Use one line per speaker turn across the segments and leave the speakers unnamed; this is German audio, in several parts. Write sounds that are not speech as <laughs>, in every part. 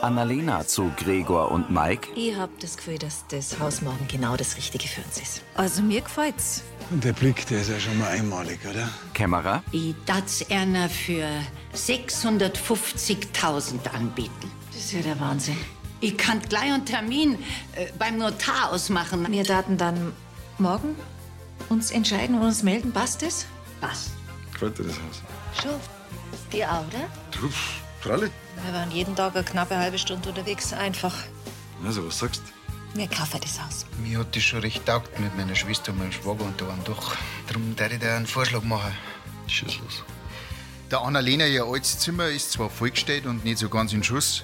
Annalena zu Gregor und Mike.
Ich hab das Gefühl, dass das Haus morgen genau das Richtige für uns ist.
Also mir gefällt's.
Und der Blick, der ist ja schon mal einmalig, oder?
Kämmerer,
Ich darf's einer für 650.000 anbieten.
Das ist ja der Wahnsinn.
Ich kann gleich einen Termin äh, beim Notar ausmachen.
Wir daten dann morgen uns entscheiden und uns melden. Passt das?
Was?
Gefällt dir das Haus?
Schon. Dir auch, oder?
Du, Fralli?
Wir waren jeden Tag eine knappe halbe Stunde unterwegs. Einfach.
Also, was sagst
Wir kaufen das Haus.
Mir hat das schon recht taugt mit meiner Schwester und meinem Schwager und da waren doch. Darum darf ich dir einen Vorschlag machen.
du? Schieß los.
Der Annalena, ihr altes Zimmer, ist zwar vollgestellt und nicht so ganz in Schuss.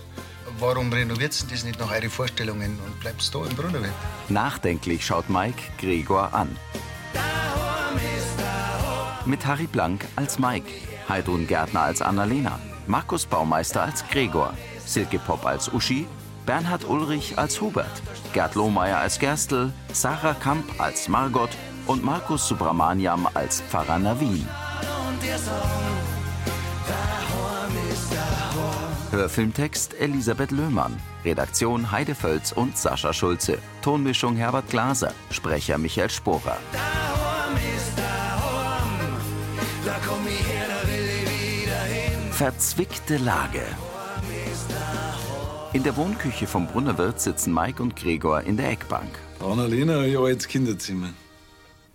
Warum renoviert ihr das nicht nach euren Vorstellungen und bleibt da im Brunnenwelt?
nachdenklich schaut Mike Gregor an. Mit Harry Blank als Mike, Heidrun Gärtner als Annalena, Markus Baumeister als Gregor, Silke Pop als Uschi, Bernhard Ulrich als Hubert, Gerd Lohmeier als Gerstl, Sarah Kamp als Margot und Markus Subramaniam als Pfarrer Navin. Hörfilmtext Elisabeth Löhmann, Redaktion Heide Völz und Sascha Schulze, Tonmischung Herbert Glaser, Sprecher Michael Sporer. Verzwickte Lage. In der Wohnküche vom Brunnerwirt sitzen Mike und Gregor in der Eckbank.
Annalena, ihr altes Kinderzimmer.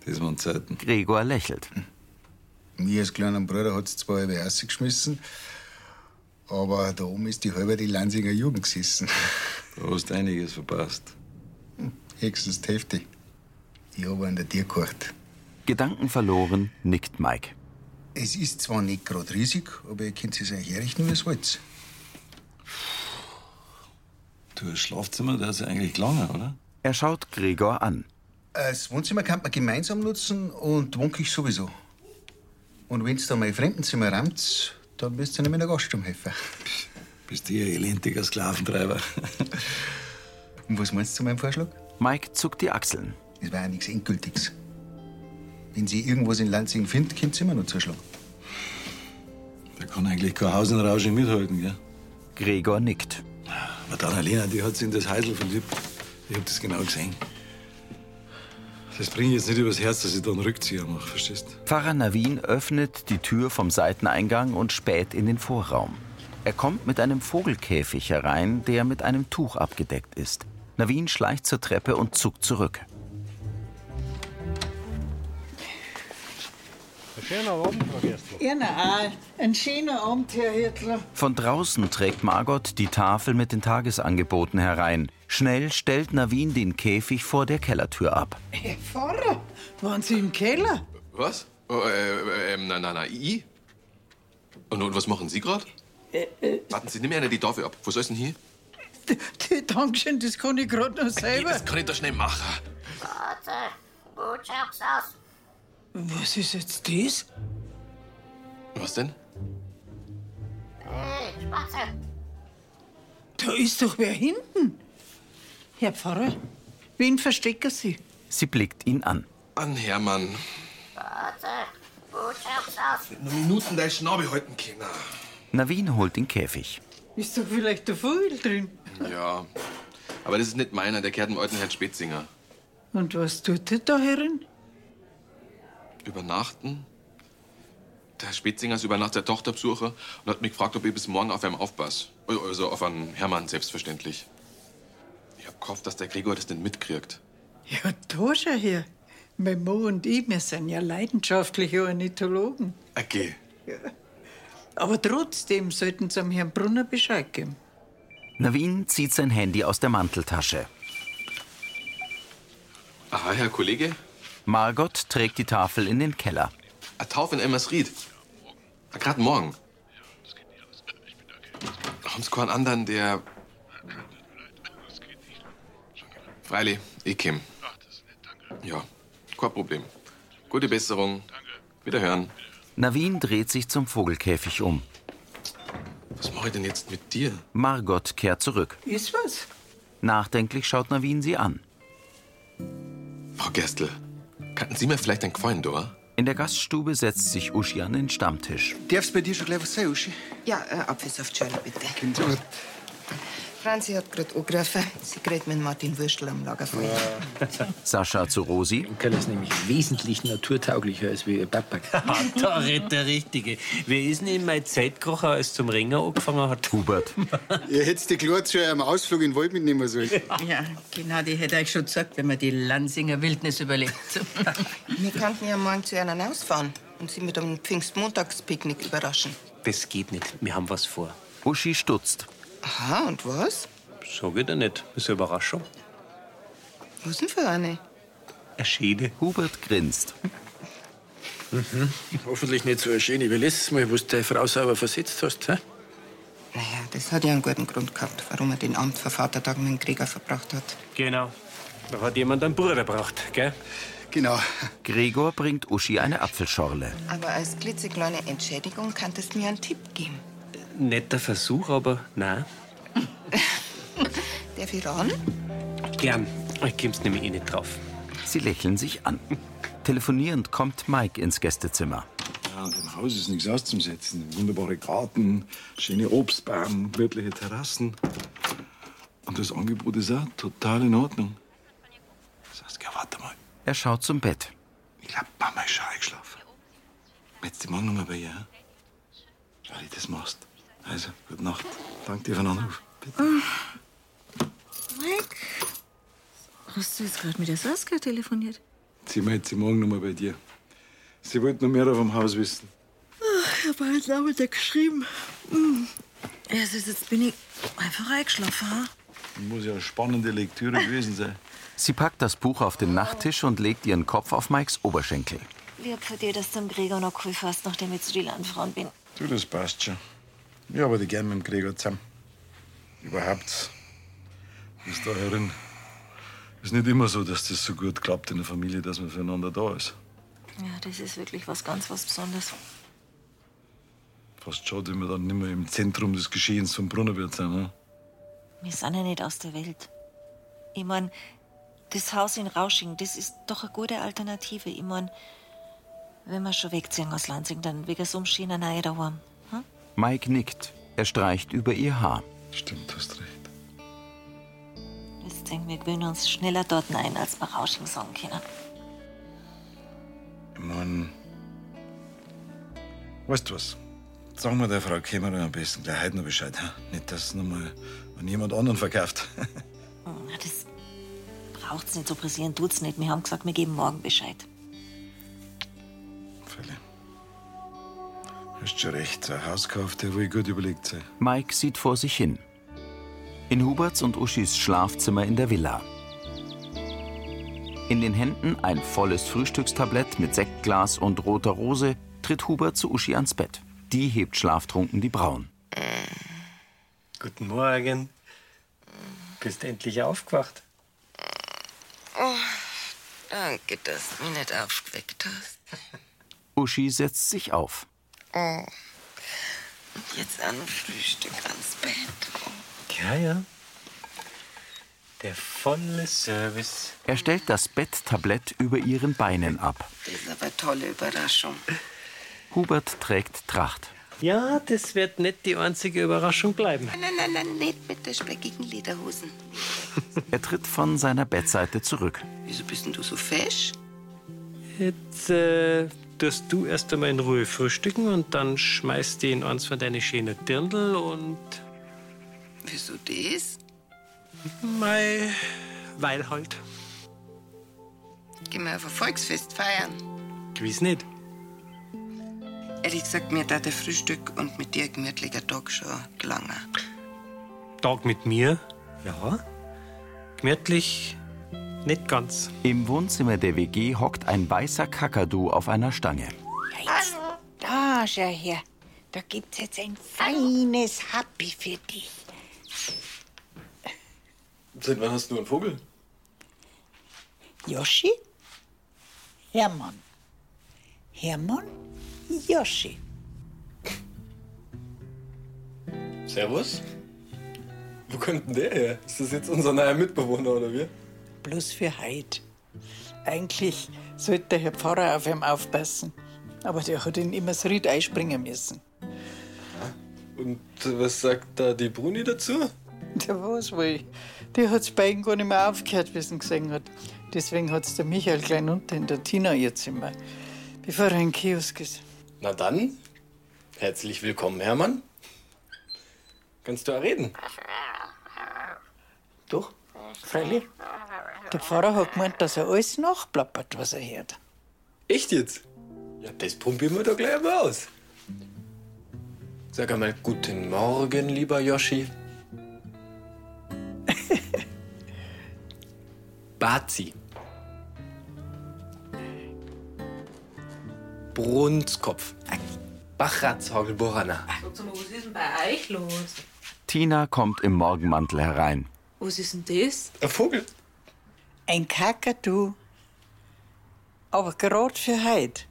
Das waren Zeiten.
Gregor lächelt.
Mir als kleinen Bruder hat es zwar halbe rausgeschmissen, aber da oben ist die halbe die Lansinger Jugend <laughs> gesessen.
Du hast einiges verpasst.
Hm, Höchstens die Hälfte. Ich habe an der Tür gehört.
Gedanken verloren, nickt Mike.
Es ist zwar nicht gerade riesig, aber ihr könnt es euch herrichten, wie es wollt.
Du, das Schlafzimmer, das ist eigentlich lange, oder?
Er schaut Gregor an.
Das Wohnzimmer kann man gemeinsam nutzen und die Wohnküche sowieso. Und wenn da mal im Fremdenzimmer rammt, dann müsst ihr nicht mehr der Gaststube helfen.
Bist du ein elendiger Sklaventreiber.
<laughs> Und was meinst du zu meinem Vorschlag?
Mike zuckt die Achseln.
Das war ja nichts Endgültiges. Wenn sie irgendwas in Lanzing findet, könnt ihr immer noch zuschlagen.
da kann eigentlich kein Haus in Rauschen mithalten, gell?
Gregor nickt.
Aber die Annalena, die hat sich in das Heidel verliebt. Ich hab das genau gesehen. Das bringe ich jetzt nicht übers Herz, dass ich da einen Rückzieher mache, verstehst du?
Pfarrer Navin öffnet die Tür vom Seiteneingang und späht in den Vorraum. Er kommt mit einem Vogelkäfig herein, der mit einem Tuch abgedeckt ist. Navin schleicht zur Treppe und zuckt zurück.
Irne, ah, ein schöner Abend, Herr Hitler.
Von draußen trägt Margot die Tafel mit den Tagesangeboten herein. Schnell stellt Navin den Käfig vor der Kellertür ab.
Herr Pfarrer, waren Sie im Keller?
Was? Oh, äh, ähm, nein, nein, nein, ich? Und, und was machen Sie gerade?
<laughs>
Warten Sie, nimm mir einer die Tafel ab. Was ist denn hier?
D- d- Dankeschön, das kann ich gerade noch
Nee,
selber.
das kann ich doch schnell machen.
Was ist jetzt das?
Was denn?
Da ist doch wer hinten. Herr Pfarrer, wen verstecken Sie?
Sie blickt ihn an.
An Hermann. Nur Minuten dein Schnabel halten können.
Navin holt den Käfig.
Ist doch vielleicht der Vogel drin.
Ja. Aber das ist nicht meiner, der kehrt dem alten Herrn Spätzinger.
Und was tut der da herin?
Übernachten? Der Herr Spätzinger ist über Nacht der Tochter besucher und hat mich gefragt, ob ich bis morgen auf einem aufpasse. Also auf einen Hermann, selbstverständlich. Ich hab gehofft, dass der Gregor das nicht mitkriegt.
Ja, da schau her. Mein Mo und ich, wir sind ja leidenschaftliche Ornithologen.
Okay.
Aber trotzdem sollten Sie am Herrn Brunner Bescheid geben.
Navin zieht sein Handy aus der Manteltasche.
Aha, Herr Kollege,
Margot trägt die Tafel in den Keller.
eine Taufe in Emmersried. Gerade morgen. Haben Sie keinen anderen, der. Freilich, ich käme. Ja, kein Problem. Gute Besserung. Wiederhören.
Navin dreht sich zum Vogelkäfig um.
Was mache ich denn jetzt mit dir?
Margot kehrt zurück.
Ist was?
Nachdenklich schaut Navin sie an.
Frau Gerstl, könnten Sie mir vielleicht einen Gefallen, da?
In der Gaststube setzt sich Uschi an den Stammtisch.
Darf's bei dir schon gleich was sein, Uschi?
Ja, äh, Apfelsaftschale bitte.
Kommt rüber.
Franzi hat gerade angerufen. Sie redet mit Martin Würstel am Lagerfeuer.
Sascha zu Rosi.
Dunkel ist nämlich wesentlich naturtauglicher als wie ihr Papa.
da redet der Richtige. Wer ist denn in meiner Zeit gekrochen, als zum Ringer angefangen hat?
Hubert.
Ihr hättet die Klor zu einem Ausflug in den Wald mitnehmen sollen.
<laughs> Ja, genau, die hätte ich schon gesagt, wenn man die Lansinger Wildnis überlebt.
<laughs>
Wir könnten ja morgen zu einer ausfahren und sie mit einem Pfingstmontagspicknick überraschen.
Das geht nicht. Wir haben was vor.
Uschi stutzt.
Aha, und was?
Sag ich dir nicht. Ist eine Überraschung.
Was denn für eine?
Eine Schäde.
Hubert grinst.
Mhm. Hoffentlich nicht so eine schöne wie letztes Mal, wo du deine Frau sauber versetzt hast. He?
Naja, das hat ja einen guten Grund gehabt, warum er den Abend vor Vatertag mit dem Gregor verbracht hat.
Genau. Da hat jemand einen Bruder gebracht, gell?
Genau. Gregor bringt Uschi eine Apfelschorle.
Aber als klitzekleine Entschädigung kanntest du mir einen Tipp geben. <laughs>
Netter Versuch, aber nein.
Darf ich ran?
Gern. Ich komm's nämlich eh nicht drauf.
Sie lächeln sich an. Telefonierend kommt Mike ins Gästezimmer.
Ja, an dem Haus ist nichts auszusetzen. Wunderbare Garten, schöne Obstbäume, gemütliche Terrassen. Und das Angebot ist auch total in Ordnung. Saskia, warte mal.
Er schaut zum Bett.
Ich glaub, Mama ist schon eingeschlafen. Jetzt die Morgen noch mal bei ihr. ja? Schau, wie du das machst. Also, gute Nacht. Danke dir für den Anruf.
Mike, hast du jetzt gerade mit der Saskia telefoniert?
Sie meldet sich morgen noch mal bei dir. Sie wollte noch mehr auf dem Haus wissen.
Ach, ich habe heute Nachmittag geschrieben. Hm. Ja, also jetzt bin ich einfach eingeschlafen. ha?
Muss ja eine spannende Lektüre gewesen sein.
Sie packt das Buch auf den Nachttisch und legt ihren Kopf auf Mikes Oberschenkel.
Lieb für dir, dass du dem Gregor noch geholfen hast, nachdem ich zu den Landfrauen bin.
Du, das passt schon. Ich arbeite gern mit dem Gregor zusammen.
Überhaupt. Bis daherin. Ist nicht immer so, dass das so gut klappt in der Familie, dass man füreinander da ist.
Ja, das ist wirklich was ganz was Besonderes.
Fast schade, wenn wir dann nicht mehr im Zentrum des Geschehens vom Brunnerwirt sind. Ne?
Wir sind ja nicht aus der Welt. Ich mein, das Haus in Rausching, das ist doch eine gute Alternative. Ich mein, wenn wir schon wegziehen aus Lansing, dann wegen so einem schönen Neue daheim.
Mike nickt. Er streicht über ihr Haar.
Stimmt, hast recht.
Jetzt denk, wir gewöhnen uns schneller dort ein, als wir Rausching sagen können.
Ich mein. Weißt du was? Sag mal der Frau Kämmerer am besten gleich heute noch Bescheid. Ha? Nicht, dass es nochmal an jemand anderen verkauft. <laughs>
Na, Hm, das braucht's nicht so pressieren, tut's nicht. Wir haben gesagt, wir geben morgen Bescheid.
Hast schon recht, ein Hauskauf, der wohl gut überlegt sein.
Mike sieht vor sich hin. In Huberts und Uschis Schlafzimmer in der Villa. In den Händen ein volles Frühstückstablett mit Sektglas und roter Rose tritt Hubert zu Uschi ans Bett. Die hebt schlaftrunken die Brauen.
Guten Morgen. Bist endlich aufgewacht?
Oh, danke, dass du mich nicht aufgeweckt hast.
Uschi setzt sich auf.
Oh. Und jetzt an Frühstück ans Bett.
Ja, ja. Der volle Service.
Er stellt das Betttablett über ihren Beinen ab.
Das ist aber eine tolle Überraschung.
Hubert trägt Tracht.
Ja, das wird nicht die einzige Überraschung bleiben.
Nein, nein, nein, nein, nicht mit der speckigen Lederhosen.
Er tritt von seiner Bettseite zurück.
Wieso bist denn du so fesch?
Jetzt äh, tust du erst einmal in Ruhe frühstücken und dann schmeißt du in eins von deine schönen Dirndl und
Wieso das?
mei, weil halt.
Gehen wir auf ein Volksfest feiern.
Gewiss nicht.
Ehrlich gesagt, mir da der Frühstück und mit dir gemütlicher Tag schon gelangen.
Tag mit mir? Ja. Gemütlich? Nicht ganz.
Im Wohnzimmer der WG hockt ein weißer Kakadu auf einer Stange.
Jetzt, da, schau her. Da gibt's jetzt ein feines Happy für dich.
Seit wann hast du einen Vogel?
Joschi? Hermann. Hermann? Joschi.
Servus. Wo kommt denn der her? Ist das jetzt unser neuer Mitbewohner oder wie?
Bloß für heute. Eigentlich sollte der Herr Pfarrer auf ihn aufpassen. Aber der hat ihn immer das Ried einspringen müssen.
Und was sagt da die Bruni dazu?
Ja, was wohl? Die hat's beiden gar nicht mehr aufgehört, wie sie ihn gesehen hat. Deswegen hat's der Michael klein unten in der Tina ihr Zimmer, bevor er in den Kiosk ist.
Na dann, herzlich willkommen, Hermann. Kannst du ja reden?
Doch, freilich. Der Pfarrer hat gemeint, dass er alles nachplappert, was er hört.
Echt jetzt? Ja, das probieren wir doch gleich mal aus. Sag einmal guten Morgen, lieber <laughs> Yoshi. Bazi. Brunskopf. Bachratzhagelborana.
was ist denn bei euch los?
Tina kommt im Morgenmantel herein.
Was ist denn das?
Ein Vogel.
Ein Kakadu. Aber gerade für heut. Äh,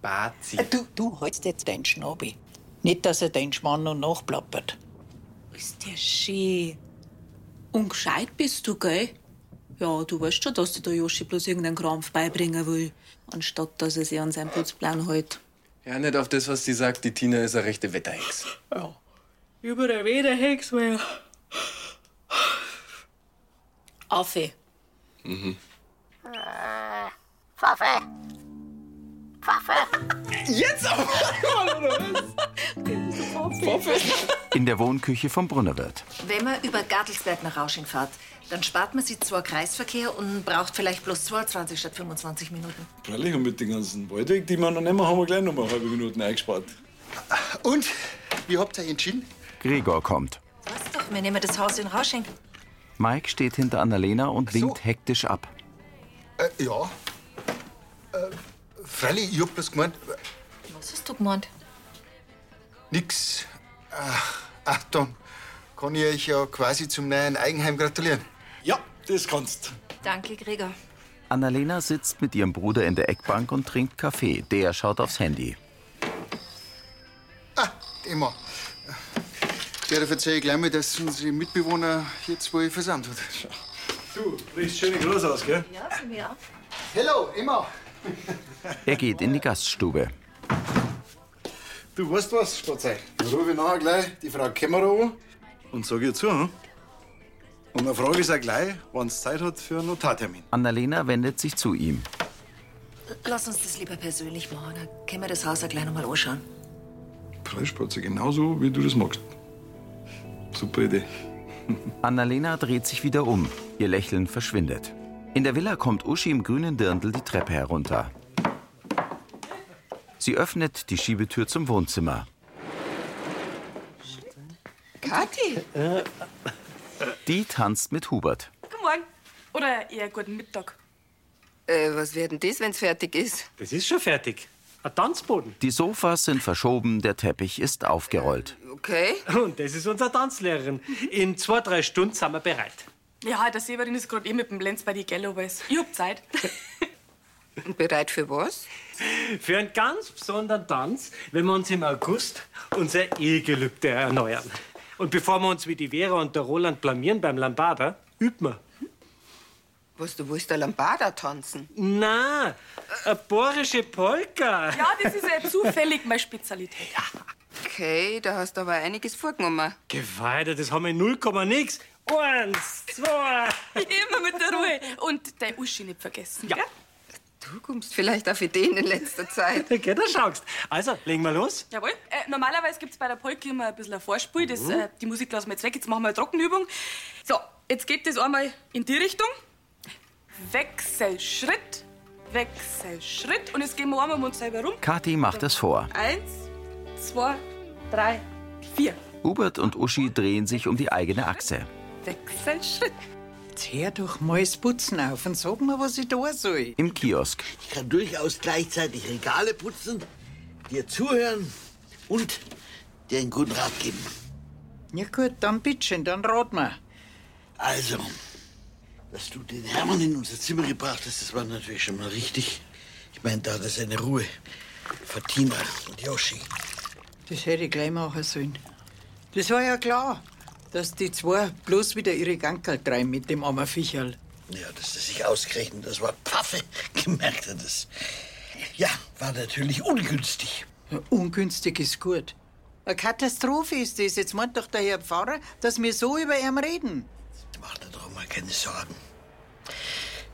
Bazi.
Du, du hältst jetzt deinen Schnabi. Nicht, dass er deinen Schmarrn noch nachplappert.
Ist ja schön. Und gescheit bist du, gell? Ja, du weißt schon, dass dir der Joschi bloß irgendeinen Krampf beibringen will, anstatt dass er sich an seinen Putzplan hält.
Ja, nicht auf das, was sie sagt. Die Tina ist eine rechte Wetterhex.
Ja. Überall wieder Hex, weil. Affe.
Mhm.
Pfaffe! Pfaffe!
Jetzt aber mal, oder
was?
In der Wohnküche vom Brunnerwirt.
Wenn man über Gartelsberg nach Rausching fährt, dann spart man sich zwar Kreisverkehr und braucht vielleicht bloß 22 statt 25 Minuten.
Freilich, und mit den ganzen Waldweg, die wir noch nehmen, haben wir gleich noch mal eine halbe Minute eingespart.
Und? Wie habt ihr entschieden?
Gregor kommt.
Was doch, wir nehmen das Haus in Rausching.
Mike steht hinter Annalena und winkt hektisch ab.
Äh, ja. Äh, freilich, ich hab bloß gemeint,
Was hast du gemeint?
nix. Ach, ach, dann kann ich euch ja quasi zum neuen Eigenheim gratulieren.
Ja, das kannst.
Danke, Gregor.
Annalena sitzt mit ihrem Bruder in der Eckbank und trinkt Kaffee. Der schaut aufs Handy.
Ah, Immer. Der erzähle ich gleich mal, dass unsere Mitbewohner jetzt wohl versammelt hat.
Du, riechst schöne groß aus, gell?
Ja, sind wir auch.
Hello, Emma.
Er geht in die Gaststube.
Du weißt was, Spatzei? Dann rufe ich nachher gleich die Frau Kämmerer an
und sag ihr zu. Hm? Und dann frage ich sie auch gleich, wann sie Zeit hat für einen Notartermin.
Annalena wendet sich zu ihm.
Lass uns das lieber persönlich machen. Dann können wir das Haus auch gleich nochmal anschauen.
Freispatze, genauso wie du das magst. Super Idee. <laughs>
Annalena dreht sich wieder um. Ihr Lächeln verschwindet. In der Villa kommt Uschi im grünen Dirndl die Treppe herunter. Sie öffnet die Schiebetür zum Wohnzimmer.
Kathi!
Äh.
Die tanzt mit Hubert.
Guten Morgen. Oder eher guten Mittag.
Äh, was wird denn das, wenn's fertig ist?
Das ist schon fertig. Ein Tanzboden.
Die Sofas sind verschoben, der Teppich ist aufgerollt.
Okay.
Und das ist unsere Tanzlehrerin. In zwei, drei Stunden sind wir bereit.
Ja, der Severin ist gerade eh mit dem Lenz bei die Galloways. Ich hab Zeit.
Und bereit für was?
Für einen ganz besonderen Tanz, wenn wir uns im August unser Ehegelübde erneuern. Und bevor wir uns wie die Vera und der Roland blamieren beim Lambada, übt man.
Was, du willst der Lambada tanzen?
Na, eine bayerische Polka.
Ja, das ist ja zufällig meine Spezialität.
Okay, da hast du aber einiges vorgenommen.
Geweide, das haben wir in 0, nix. Eins, zwei.
<laughs> Immer mit der Ruhe. Und dein Uschi nicht vergessen. Ja.
Du kommst vielleicht auf Ideen in letzter Zeit.
Gell, da schaust. Also, legen wir los.
Jawohl. Äh, normalerweise gibt's bei der Polka immer ein bisschen ein Vorspiel. Das,
Mhm.
äh, die Musik lassen wir jetzt weg. Jetzt machen wir eine Trockenübung. So, jetzt geht das einmal in die Richtung. Wechselschritt, Wechselschritt. Und jetzt gehen wir einmal um uns selber rum.
Kathi macht es vor.
Eins, zwei, drei, vier.
Hubert und Uschi drehen sich um die eigene Achse.
Wechselschritt.
Jetzt hör doch mal das Putzen auf und sag mir, was ich da soll.
Im Kiosk.
Ich kann durchaus gleichzeitig Regale putzen, dir zuhören und dir einen guten Rat geben.
Ja gut, dann bitteschön, dann rat mal.
Also, dass du den Hermann in unser Zimmer gebracht hast, das war natürlich schon mal richtig. Ich meine, da hat er seine Ruhe. Vor Tina und Yoshi.
Das hätte ich gleich machen sollen. Das war ja klar, dass die zwei bloß wieder ihre Gankerl treiben mit dem armen Viecherl.
Ja, dass er sich ausgerechnet das Wort Pfaffe <laughs> gemerkt hat. Das, ja, war natürlich ungünstig.
Ja, Ungünstig ist gut. Eine Katastrophe ist das. Jetzt meint doch der Herr Pfarrer, dass wir so über ihn reden.
Mach mal keine Sorgen.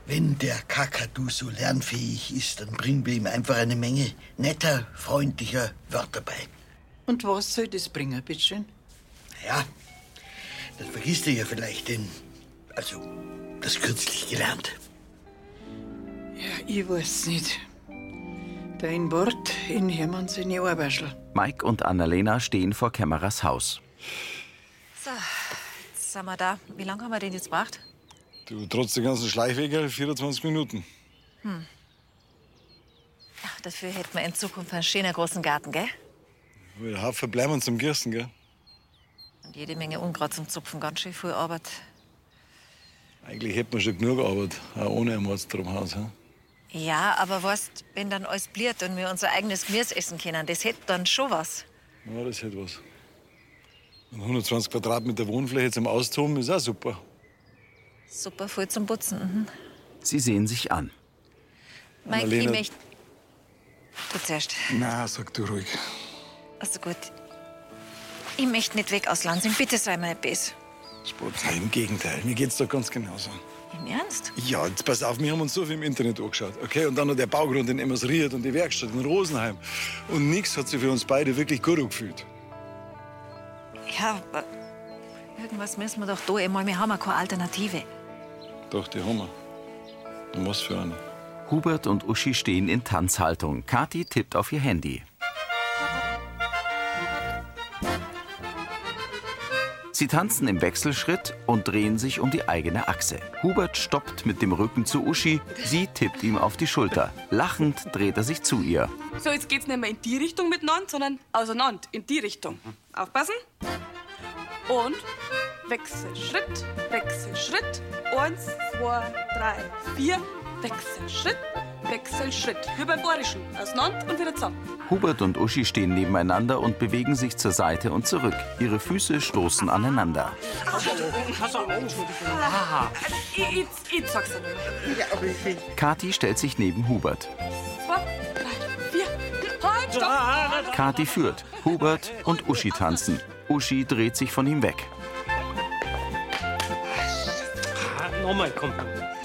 Wenn der Kakadu so lernfähig ist, dann bringen wir ihm einfach eine Menge netter, freundlicher Wörter bei.
Und was soll das bringen, bitteschön?
Naja, das vergisst er ja vielleicht, denn. Also, das kürzlich gelernt.
Ja, ich weiß nicht. Dein Wort in Hermann seine Ohrwäschel.
Mike und Annalena stehen vor Kämmerers Haus.
So, jetzt sind wir da. Wie lange haben wir denn jetzt gebraucht?
Du, trotz der ganzen Schleichwege, 24 Minuten.
Hm. Ach, dafür hätten wir in Zukunft einen schönen großen Garten, gell?
Wir haben verbleiben zum Kirsten, gell?
Und jede Menge Unkraut zum Zupfen, ganz schön viel Arbeit.
Eigentlich hätten wir schon genug Arbeit, auch ohne ein Mordstromhaus. He?
Ja, aber weißt, wenn dann alles bliert und wir unser eigenes Gemüse essen können, das hätte dann schon was.
Ja, das hätte was. Und 120 Quadratmeter Wohnfläche zum Austoben ist auch super.
Super voll zum Putzen. Mhm.
Sie sehen sich an.
Mike, ich
Annalena-
möchte. Du zuerst.
Na, sag du ruhig.
Also gut. Ich möchte nicht weg aus Lansing. Bitte sei mal böse.
Sport. Nein, Im Gegenteil, mir geht's doch ganz genauso.
Im Ernst?
Ja, jetzt pass auf, wir haben uns so viel im Internet angeschaut. Okay, und dann noch der Baugrund in Emmersried und die Werkstatt in Rosenheim. Und nichts hat sich für uns beide wirklich gut angefühlt.
Ja, aber irgendwas müssen wir doch da einmal. Wir haben ja keine Alternative.
Doch, die haben wir. Und was für eine?
Hubert und Uschi stehen in Tanzhaltung. Kathi tippt auf ihr Handy. Sie tanzen im Wechselschritt und drehen sich um die eigene Achse. Hubert stoppt mit dem Rücken zu Uschi, sie tippt ihm auf die Schulter. Lachend dreht er sich zu ihr.
So, jetzt geht's nicht mehr in die Richtung miteinander, sondern auseinander, in die Richtung. Aufpassen. Und Wechselschritt, Wechselschritt. Eins, zwei, drei, vier. Wechselschritt, Wechselschritt. Wie beim Bayerischen. Auseinander und wieder zusammen.
Hubert und Uschi stehen nebeneinander und bewegen sich zur Seite und zurück. Ihre Füße stoßen aneinander.
Ah, Ich, ich, ich sag's dir nicht. Ja, aber ich will.
Kathi stellt sich neben Hubert.
Zwei, drei, vier. Halt, stopp.
Kathi führt. Hubert und Uschi tanzen. Uschi dreht sich von ihm weg.
Ah, Nochmal, komm.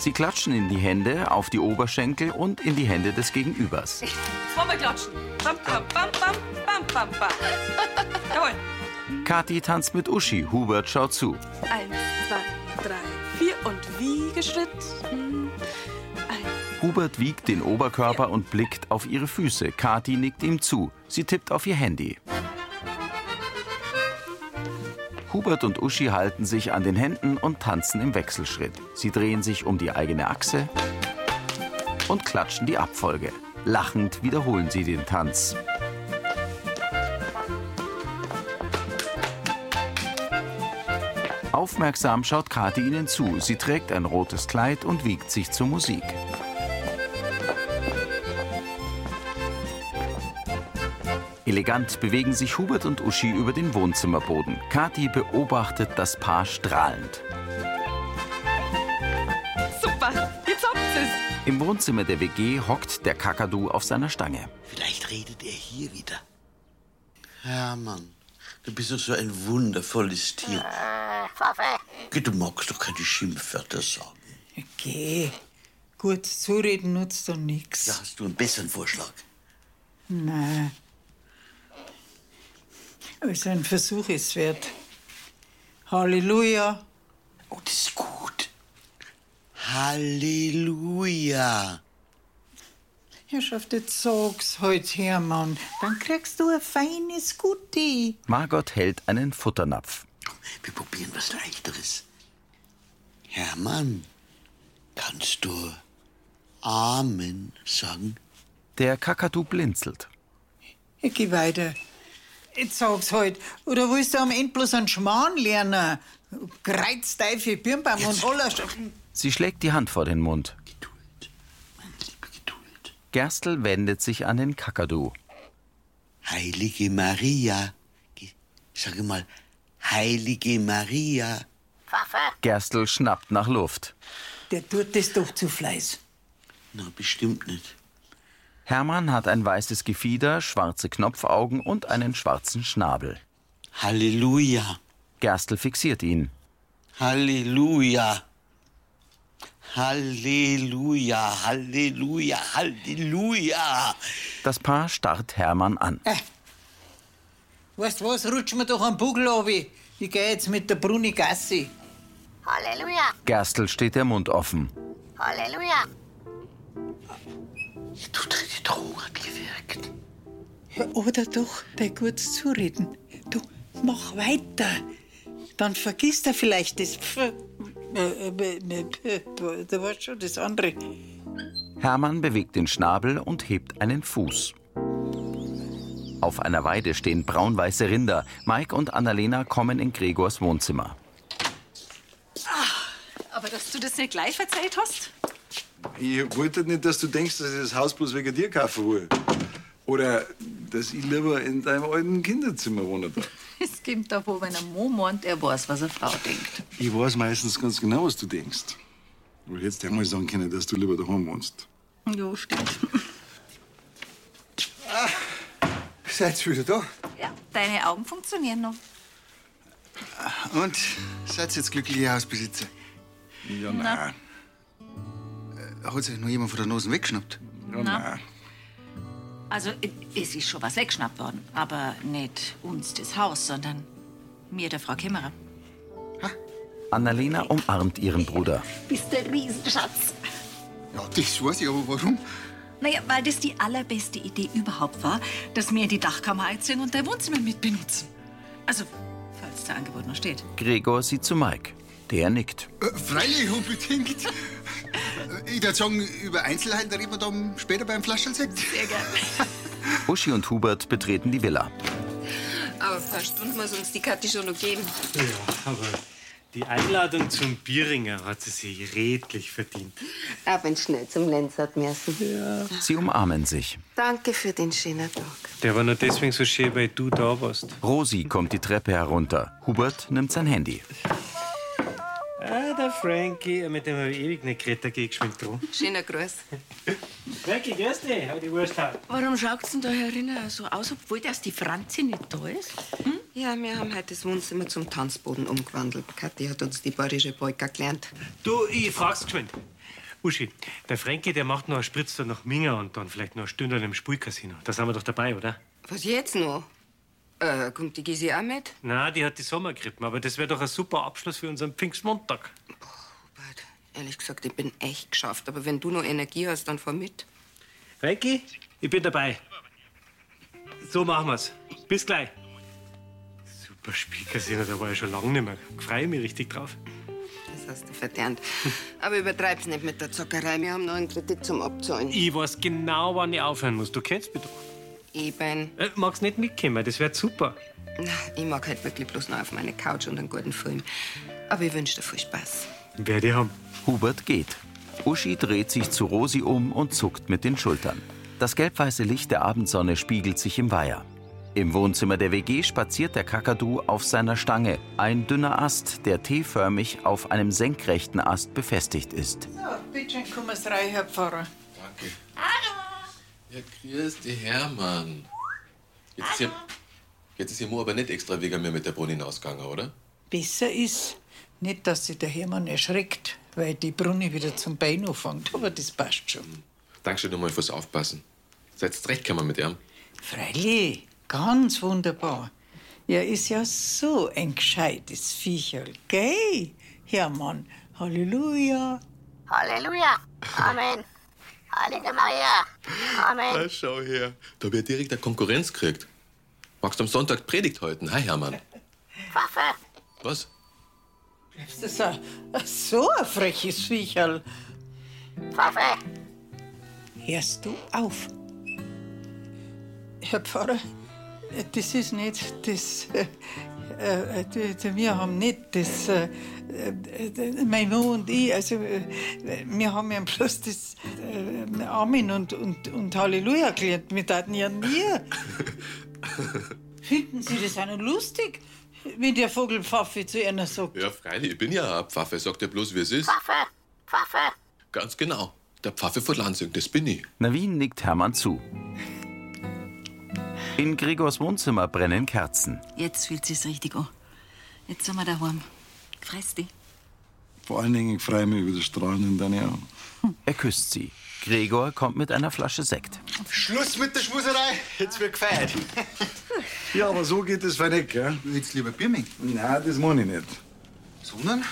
Sie klatschen in die Hände, auf die Oberschenkel und in die Hände des Gegenübers.
Zweimal klatschen. Bam, bam, bam, bam, bam, bam, bam. Jawohl.
Kathi tanzt mit Uschi, Hubert schaut zu.
Eins, zwei, drei, vier und Wiegeschritt. Hm.
Hubert wiegt den Oberkörper und blickt auf ihre Füße. Kathi nickt ihm zu. Sie tippt auf ihr Handy. Hubert und Uschi halten sich an den Händen und tanzen im Wechselschritt. Sie drehen sich um die eigene Achse und klatschen die Abfolge. Lachend wiederholen sie den Tanz. Aufmerksam schaut Kathi ihnen zu. Sie trägt ein rotes Kleid und wiegt sich zur Musik. Elegant bewegen sich Hubert und Uschi über den Wohnzimmerboden. Kathi beobachtet das Paar strahlend.
Super, jetzt habt ihr's.
Im Wohnzimmer der WG hockt der Kakadu auf seiner Stange.
Vielleicht redet er hier wieder. Hermann, du bist doch so ein wundervolles Tier. Geh, Du magst doch keine Schimpfwörter sagen.
Geh. Gut, zureden nutzt dann nichts.
Da hast du einen besseren Vorschlag.
Nein. Also ein Versuch ist wert. Halleluja.
Oh, das ist gut. Halleluja.
Herrschaft, jetzt sag's halt, Hermann. Dann kriegst du ein feines Gutti.
Margot hält einen Futternapf.
Wir probieren was Leichteres. Hermann, kannst du Amen sagen?
Der Kakadu blinzelt.
Ich geh weiter. Jetzt sag's halt. Oder willst du am Ende bloß einen Schmarrn lernen? Kreuzteufel, Birnbaum und Holler.
Sie schlägt die Hand vor den Mund. Gerstl wendet sich an den Kakadu.
Heilige Maria. Ge- Sag mal, Heilige Maria.
Gerstl schnappt nach Luft.
Der tut das doch zu Fleiß. Na, bestimmt nicht.
Hermann hat ein weißes Gefieder, schwarze Knopfaugen und einen schwarzen Schnabel.
Halleluja.
Gerstl fixiert ihn.
Halleluja. Halleluja, Halleluja, Halleluja.
Das Paar starrt Hermann an.
Weißt was, rutsch mir doch am Bugel ab. Ich geh jetzt mit der Bruni Gassi.
Halleluja,
Gerstl steht der Mund offen.
Halleluja.
Die Drohung hat gewirkt.
Oder doch bei kurz zureden. Du, mach weiter. Dann vergisst er vielleicht das. Pf äh, äh, äh, Pf- da war schon das andere.
Hermann bewegt den Schnabel und hebt einen Fuß. Auf einer Weide stehen braunweiße Rinder. Mike und Annalena kommen in Gregors Wohnzimmer.
Aber dass du das nicht gleich erzählt hast?
Ich wollte nicht, dass du denkst, dass ich das Haus bloß wegen dir kaufen will. Oder dass ich lieber in deinem alten Kinderzimmer wohne. da.
<laughs> Es gibt da wohl, wenn er Mo meint, er weiß, was eine Frau denkt.
Ich weiß meistens ganz genau, was du denkst. Aber jetzt einmal sagen können, dass du lieber daheim wohnst.
Ja, stimmt.
Seid ihr wieder da?
Ja, <laughs> deine Augen funktionieren noch.
Und seid jetzt glückliche Hausbesitzer?
Ja,
nein.
Äh, Hat sich noch jemand von der Nase weggeschnappt?
Ja, nein. Also, i- es ist schon was weggeschnappt worden. Aber nicht uns das Haus, sondern mir, der Frau Kämmerer.
Annalena umarmt ihren Bruder.
Bist der Riesenschatz.
Ja, das weiß ich, aber warum?
Naja, weil das die allerbeste Idee überhaupt war, dass wir die Dachkammer einziehen und dein Wohnzimmer mitbenutzen. Also, falls das Angebot noch steht.
Gregor sieht zu Mike. Der nickt.
Äh, freilich, unbedingt. Äh, ich würde sagen, über Einzelheiten reden wir dann später beim Flaschensekt. Sehr
gerne.
Uschi und Hubert betreten die Villa.
Aber ein paar Stunden muss uns die Kathi schon noch geben.
Ja, aber die Einladung zum Bieringer hat sie sich redlich verdient.
Auch wenn schnell zum Lenz hat müssen. Ja.
Sie umarmen sich.
Danke für den schönen Tag.
Der war nur deswegen so schön, weil du da warst.
Rosi kommt die Treppe herunter. Hubert nimmt sein Handy.
Ah, der Frankie, mit dem habe ich ewig nicht geredet, da geh ich geschwind drum.
Schöner Gruß.
Frankie, grüß dich, hab die Wurst halt.
Warum schaut's denn da herinnen so aus, obwohl das die Franzi nicht da ist? Hm?
Ja, wir haben heute das Wohnzimmer zum Tanzboden umgewandelt. Kathi hat uns die bayerische Polka gelernt.
Du, ich frag's geschwind. Uschi, der Frankie, der macht noch einen Spritzer nach Minga und dann vielleicht noch eine Stunde im Spielcasino. Da sind wir doch dabei, oder?
Was jetzt noch? Äh, kommt die Gisi auch mit?
Na, die hat die Sommergrippe, aber das wäre doch ein super Abschluss für unseren Pfingstmontag.
Ehrlich gesagt, ich bin echt geschafft. Aber wenn du noch Energie hast, dann fahr mit.
Frankie, ich bin dabei. So machen wir's. Bis gleich. Super Spielcasino, da war ich schon lange nicht mehr. Freue mich richtig drauf.
Das hast du verdient. Aber übertreib's nicht mit der Zockerei. Wir haben noch einen Kredit zum Abzahlen.
Ich weiß genau, wann ich aufhören muss. Du kennst mich doch.
Eben.
Äh, magst nicht mitkommen, das wäre super.
Na, Ich mag halt wirklich bloß noch auf meine Couch und einen guten Film. Aber ich wünsche dir viel Spaß.
Werde haben.
Hubert geht. Uschi dreht sich zu Rosi um und zuckt mit den Schultern. Das gelbweiße Licht der Abendsonne spiegelt sich im Weiher. Im Wohnzimmer der WG spaziert der Kakadu auf seiner Stange, ein dünner Ast, der T-förmig auf einem senkrechten Ast befestigt ist.
So, bitte schön, komm es rein, Herr Pfarrer.
Ja, grüß dich, Hermann. Jetzt ist, ja, jetzt ist ja Mo aber nicht extra wegen mir mit der Brunnin ausgegangen, oder?
Besser ist, nicht, dass sich der Hermann erschreckt, weil die Brunni wieder zum Bein anfängt. Aber das passt schon.
Dankeschön nochmal fürs Aufpassen. Seid recht, kann man mit ihm.
Freilich, ganz wunderbar. Er ist ja so ein gescheites Viecherl, gell? Hermann, Halleluja.
Halleluja. Amen. Heilige Maria.
Ah.
Amen.
schau her. Da hab ich ja direkt eine Konkurrenz gekriegt. Magst du am Sonntag Predigt halten? Hi, Hermann.
Pfaffe.
Was?
Das ist ein, ein so ein freches Viecherl.
Pfaffe.
Hörst du auf? Herr Pfarrer, das ist nicht das. Äh, äh, die- die- wir haben nicht das. Äh, äh, mein Mann und ich, also, äh, wir haben ja bloß das äh, Amen und, und, und Halleluja gelernt. Wir taten ja nie. Finden Sie das auch noch lustig, wenn der Vogel Pfaffe zu einer sagt?
Ja, freilich, ich bin ja eine Pfaffe. Sagt er bloß, wie es ist.
Pfaffe. Pfaffe.
Ganz genau. Der Pfaffe von Lansing, das bin ich.
Navin nickt Hermann zu. In Gregors Wohnzimmer brennen Kerzen.
Jetzt fühlt sich's richtig an. Jetzt sind wir daheim. Freis dich.
Vor allen Dingen freue ich mich über das Strahlen in deine Augen.
Hm. Er küsst sie. Gregor kommt mit einer Flasche Sekt.
Schluss mit der Schmuserei, jetzt wird gefeiert.
Ja, aber so geht es nicht, gell? Du hättest lieber Bier Nein, das meine ich nicht. Sondern?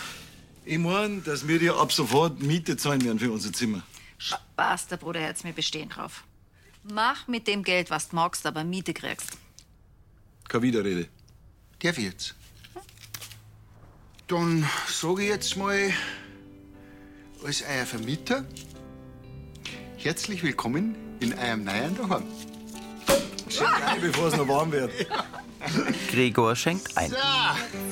Ich meine, dass wir dir ab sofort Miete zahlen werden für unser Zimmer.
Basta, Bruderherz, wir bestehen drauf. Mach mit dem Geld, was du magst, aber Miete kriegst.
Keine Widerrede.
Darf ich jetzt? Dann sage ich jetzt mal als euer Vermieter herzlich willkommen in eurem neuen Daheim.
Schön rein, bevor es noch warm wird.
Gregor schenkt ein.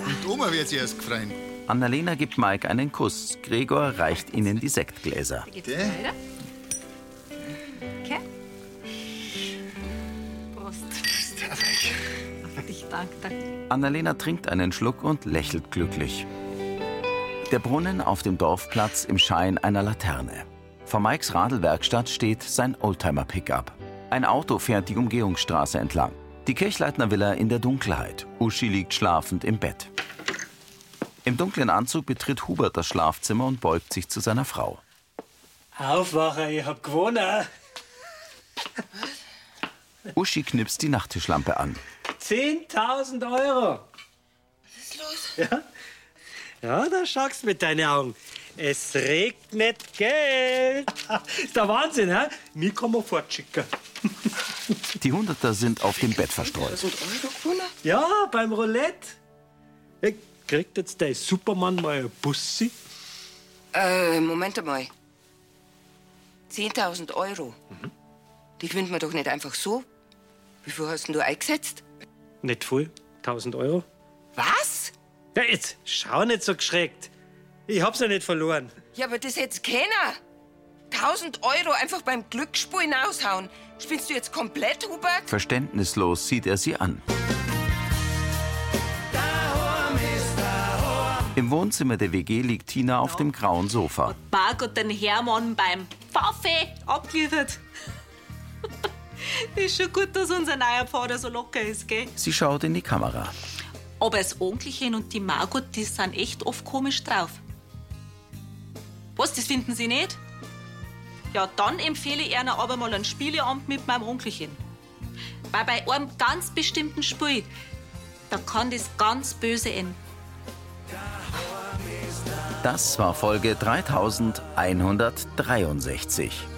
Und Oma wird sich erst gefreien.
Annalena gibt Mike einen Kuss. Gregor reicht ihnen die Sektgläser.
Gibt's weiter? Okay. Prost. Ich danke, danke.
Annalena trinkt einen Schluck und lächelt glücklich. Der Brunnen auf dem Dorfplatz im Schein einer Laterne. Vor Mikes Radlwerkstatt steht sein Oldtimer-Pickup. Ein Auto fährt die Umgehungsstraße entlang. Die Kirchleitner Villa in der Dunkelheit. Uschi liegt schlafend im Bett. Im dunklen Anzug betritt Hubert das Schlafzimmer und beugt sich zu seiner Frau.
Aufwacher, ich hab gewonnen.
Uschi knipst die Nachttischlampe an.
10.000 Euro. Was ist los? Ja, ja da schaust mit deinen Augen. Es regnet Geld. Ist der Wahnsinn, hä? Mir kann man fortschicken.
Die Hunderter sind auf dem Bett verstreut.
Ja, beim Roulette. Äh, Kriegt jetzt der Superman mal ein Bussi?
Äh, Moment einmal. 10.000 Euro. Die findet man doch nicht einfach so. Wie viel hast denn du eingesetzt?
Nicht viel. 1000 Euro.
Was?
Ja, jetzt schau nicht so geschreckt. Ich hab's ja nicht verloren.
Ja, aber das hätt's keiner. 1000 Euro einfach beim Glücksspiel hinaushauen. Spinnst du jetzt komplett, Hubert?
Verständnislos sieht er sie an. Im Wohnzimmer der WG liegt Tina auf dem grauen Sofa.
Park und den Hermann beim Pfaffe
<laughs>
abgeliefert. ist schon gut, dass unser neuer Vater so locker ist, gell?
Sie schaut in die Kamera.
Aber das Onkelchen und die Margot, die sind echt oft komisch drauf. Was, das finden Sie nicht? Ja, dann empfehle ich Ihnen aber mal einen Spieleabend mit meinem Onkelchen. Weil bei einem ganz bestimmten Spiel, da kann das ganz böse enden.
Das war Folge 3163.